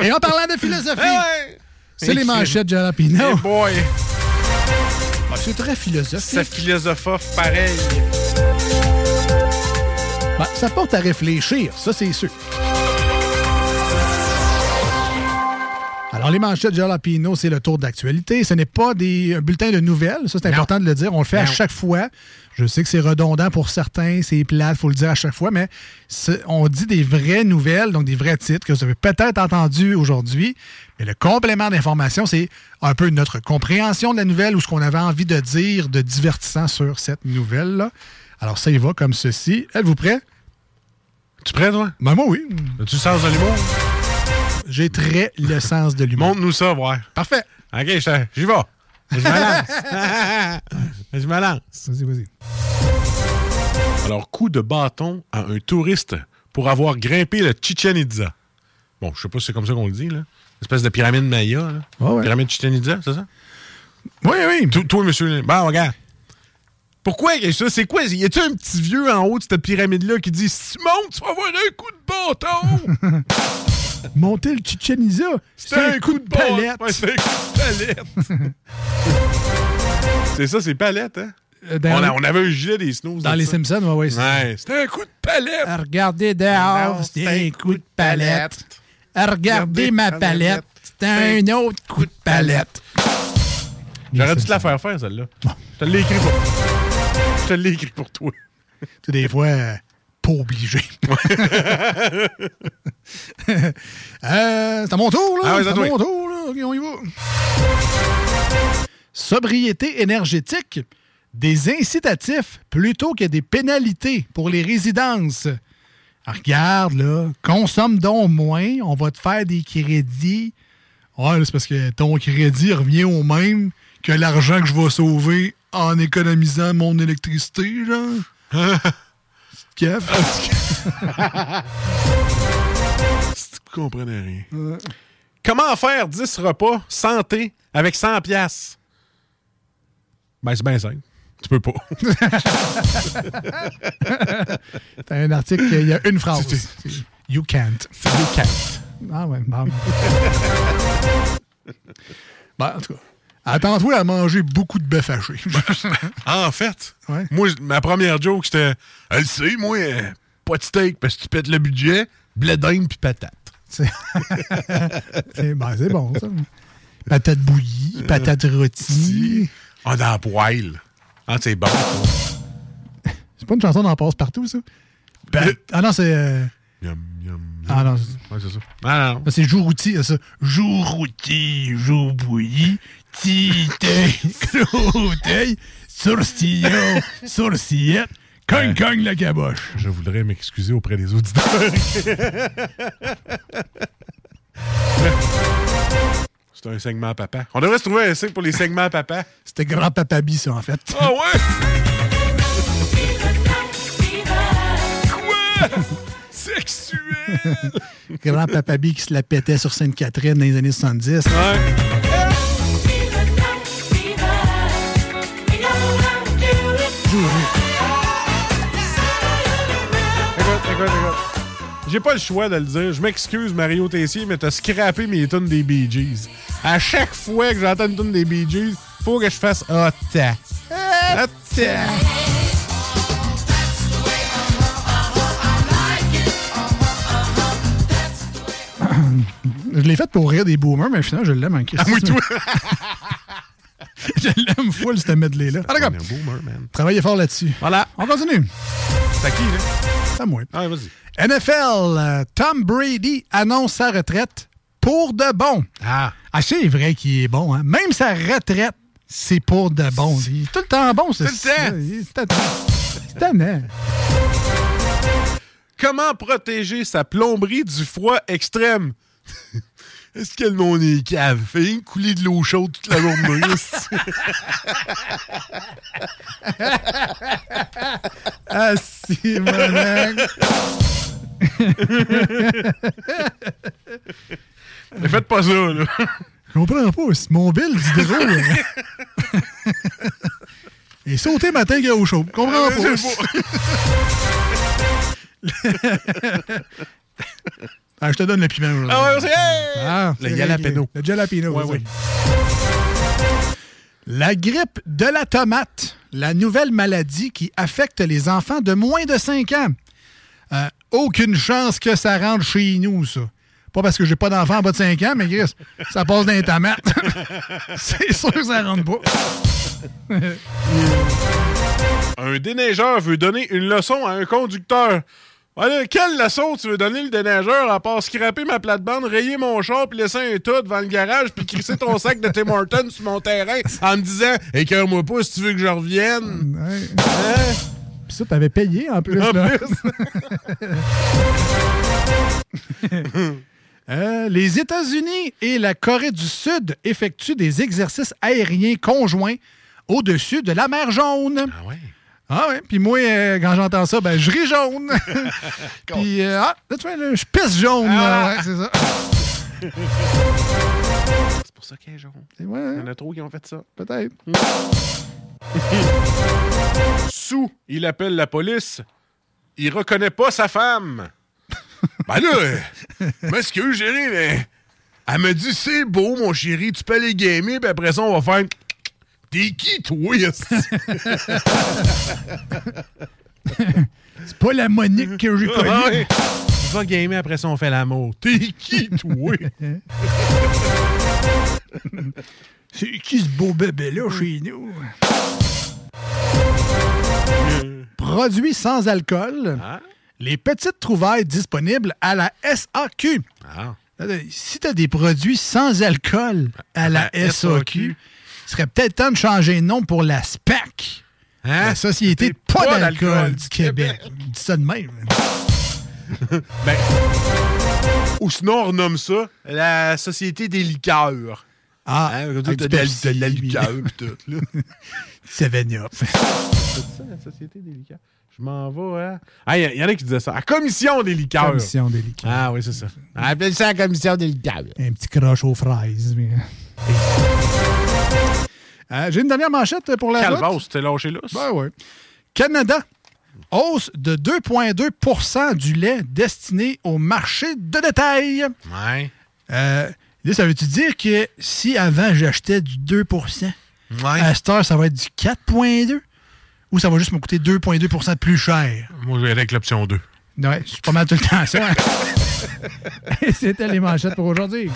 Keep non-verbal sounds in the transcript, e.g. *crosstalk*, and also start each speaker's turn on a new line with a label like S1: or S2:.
S1: Et en parlant de philosophie,
S2: Ouais.
S1: c'est les
S2: Écrit-
S1: manchettes Jalapino.
S2: Hey boy,
S1: C'est très philosophique.
S2: *laughs* ça philosophe pareil.
S1: Ben, ça porte à réfléchir, ça c'est sûr. Alors, les manchettes Jalapino, c'est le tour d'actualité. Ce n'est pas des bulletins de nouvelles. Ça, c'est important de le dire. On le fait à chaque fois. Je sais que c'est redondant pour certains, c'est plate, il faut le dire à chaque fois, mais c'est- on dit des vraies nouvelles, donc des vrais titres que vous avez peut-être entendus aujourd'hui. Mais le complément d'information, c'est un peu notre compréhension de la nouvelle ou ce qu'on avait envie de dire de divertissant sur cette nouvelle-là. Alors, ça y va comme ceci. Êtes-vous prêts?
S2: Tu prêt, toi?
S1: Ben, moi, oui.
S2: As-tu le sens de l'humour?
S1: J'ai très le sens de l'humour.
S2: Montre-nous ça, voir.
S1: Parfait.
S2: OK, je te- j'y vais. Je me lance. *laughs* je me lance.
S1: Vas-y, vas-y.
S2: Alors, coup de bâton à un touriste pour avoir grimpé le Chichen Itza. Bon, je sais pas si c'est comme ça qu'on le dit, là. Espèce de pyramide Maya, là.
S1: Ah ouais.
S2: Pyramide Chichen Itza, c'est ça?
S1: Oui, oui.
S2: Toi, toi, monsieur. Bon, regarde. Pourquoi il y a ça? C'est quoi? Y a-tu un petit vieux en haut de cette pyramide-là qui dit Si tu montes, tu vas avoir un coup de bâton!
S1: Monter le Chichen Itza, c'est un, coup de
S2: bâton.
S1: palette.
S2: Ouais, c'est un coup de
S1: *laughs*
S2: palette! c'est ça, c'est palette, hein?
S1: Euh,
S2: On,
S1: dans
S2: a- on avait un gilet des snows.
S1: dans les
S2: ça.
S1: Simpsons, ouais, ouais. c'est-
S2: Ouais, c'était un coup de palette!
S1: À Regarder dehors, c'est un coup de palette. À Regarder ma palette, c'est un autre coup de palette.
S2: J'aurais dû te la faire faire, celle-là. Je te l'ai écrit pour Je te l'ai écrit pour toi.
S1: Tu sais, des fois, euh, pas obligé. Euh, c'est à mon tour, là.
S2: Ah
S1: c'est
S2: ouais, c'est
S1: à
S2: à toi.
S1: mon tour, là. OK, on y va. Sobriété énergétique, des incitatifs plutôt que des pénalités pour les résidences. Ah, regarde, là, consomme donc moins, on va te faire des crédits. Ouais, là, c'est parce que ton crédit revient au même que l'argent que je vais sauver en économisant mon électricité, genre. Petite gaffe.
S2: Si tu comprenais rien.
S1: Euh.
S2: Comment faire 10 repas santé avec 100 piastres? Ben, c'est bien simple. Tu
S1: *laughs*
S2: peux pas.
S1: T'as un article, il y a une phrase. You can't.
S2: You can't.
S1: Ah ouais, bon. Bon, en tout cas. Attends-toi à manger beaucoup de bœuf haché.
S2: Ah, En fait,
S1: Ouais.
S2: moi, j- ma première joke, c'était Elle sait, moi, euh, pas de steak parce que tu pètes le budget, blé d'Inde puis patate.
S1: c'est c'est- ben, c'est bon, ça. Patate bouillie, patate rôtie.
S2: On est dans la poêle. Ah, c'est bon.
S1: C'est pas une chanson d'en passe partout, ça?
S2: Ben-
S1: Ah non, c'est. euh,
S2: Yum, yum, yum.
S1: Ah non, c'est-
S2: Ouais, c'est ça. Ah, non.
S1: Ben, c'est jour outil, ça. Jour routi, jour bouilli, *laughs* tité, cloteille, sourcillon, sourcillette, cogne, cogne la caboche.
S2: Je voudrais m'excuser auprès des auditeurs. C'est un segment à papa. On devrait se trouver un signe pour les segments à papa.
S1: C'était grand-papa Bi, ça, en fait.
S2: Ah ouais? Quoi? *laughs* Sexuel!
S1: grand-papa Bi qui se la pétait sur Sainte-Catherine dans les années 70.
S2: Ouais. Écoute, écoute, écoute. J'ai pas le choix de le dire. Je m'excuse, Mario Tessier, mais t'as scrappé mes tunes des Bee Gees. À chaque fois que j'entends une tune des Bee Gees, faut que je fasse Ah, ta. Ah, ta.
S1: Je l'ai faite pour rire des boomers, mais finalement, je l'aime en Christ.
S2: Oui, toi.
S1: *laughs* je l'aime full, cette medley-là. Ah,
S2: On
S1: d'accord.
S2: est un boomer, man.
S1: Travaillez fort là-dessus.
S2: Voilà.
S1: On continue.
S2: C'est à qui, là?
S1: C'est à moi.
S2: Ah, vas-y.
S1: NFL, euh, Tom Brady annonce sa retraite pour de bon.
S2: Ah.
S1: Ah, c'est vrai qu'il est bon, hein? Même sa retraite, c'est pour de bon. Il est tout le temps bon, c'est
S2: Tout le temps.
S1: le temps! C'est tannant.
S2: Comment protéger sa plomberie du froid extrême? *laughs* Est-ce que le monde est cave? Fait couler de l'eau chaude toute la journée. *laughs*
S1: Ah, si, mon *laughs* mec.
S2: Mais faites pas ça, *laughs* là.
S1: Je comprends pas. C'est mon bill d'hydro. Et sauter matin qu'il y a au chaud. Je comprends pas.
S2: C'est pas-
S1: Ah, je te donne le piment. aujourd'hui.
S2: Ah ouais, aussi, hey!
S1: Ah,
S2: Le
S1: c'est
S2: jalapeno.
S1: réglé. Le jalapeno.
S2: Ouais,
S1: c'est
S2: ouais.
S1: ça. La grippe de la tomate, la nouvelle maladie qui affecte les enfants de moins de 5 ans. Euh, aucune chance que ça rentre chez nous, ça. Pas parce que j'ai pas d'enfant en bas de 5 ans, mais Chris, ça passe dans les tomates. *laughs* C'est sûr que ça rentre pas.
S2: Un déneigeur veut donner une leçon à un conducteur. Voilà, quelle leçon tu veux donner le déneigeur à part scraper ma plate-bande, rayer mon char, puis laisser un tas devant le garage, puis crisser *laughs* ton sac de Tim Hortons sur mon terrain en me disant « Écœure-moi pas si tu veux que je revienne.
S1: Ouais. »
S2: Hein?
S1: Puis ça, t'avais payé en plus.
S2: En
S1: là.
S2: plus.
S1: Euh, les États-Unis et la Corée du Sud effectuent des exercices aériens conjoints au-dessus de la mer jaune.
S2: Ah ouais?
S1: Ah ouais, puis moi, euh, quand j'entends ça, ben, je ris
S2: *laughs*
S1: jaune. puis, euh, ah, là, tu vois, là, je pisse jaune.
S2: Ah!
S1: là, ouais, c'est ça.
S2: C'est pour ça qu'elle est jaune.
S1: Et ouais, hein,
S2: Il y en a trop qui ont fait ça.
S1: peut-être.
S2: Sous, il appelle la police. Il reconnaît pas sa *laughs* femme. ben là, euh, m'excuse, chérie, mais elle me dit c'est beau, mon chéri, tu peux aller gamer, puis après ça, on va faire. T'es qui, toi? *laughs* esti?
S1: C'est pas la Monique que j'ai
S2: Ah
S1: connue.
S2: ouais. Tu vas gamer, après ça, on fait l'amour. T'es qui, *laughs* toi?
S1: C'est qui ce beau bébé-là chez nous? Produits sans alcool,
S2: Hein?
S1: les petites trouvailles disponibles à la SAQ.
S2: Ah.
S1: Euh, Si tu as des produits sans alcool à la
S2: À la
S1: SAQ, il serait peut-être temps de changer de nom pour la SPAC,
S2: Hein?
S1: la Société de
S2: Pas
S1: pas
S2: d'alcool
S1: d'alcool du
S2: du
S1: Québec. Dis ça de même.
S2: Ben, ou sinon, on renomme ça la Société des liqueurs.
S1: Ah,
S2: Hein?
S1: avec
S2: T'as
S1: du
S2: de la-
S1: Pepsi,
S2: de la
S1: puis
S2: liqueur, puis tout, là.
S1: Seven Up.
S2: C'est ça, la société des liqueurs. Je m'en vais, hein? Ah, il y, en a qui disaient ça. La commission des liqueurs.
S1: Commission des liqueurs.
S2: Ah oui, c'est ça. Ah, Appelle ça la commission des liqueurs.
S1: Un petit croche aux fraises. mais- Euh, J'ai une dernière manchette pour la route.
S2: Calvados, t'es lâché là.
S1: Ben ouais. Canada, hausse de 2,2 du lait destiné au marché de détail.
S2: Ouais.
S1: Euh, là, ça veut-tu dire que si avant j'achetais du 2 à cette heure, ça va être du 4,2 ou ça va juste me coûter 2,2 de plus cher?
S2: Moi, je vais aller avec l'option 2.
S1: Ouais, c'est pas mal tout le temps ça. hein? *laughs* Et C'était les manchettes pour aujourd'hui.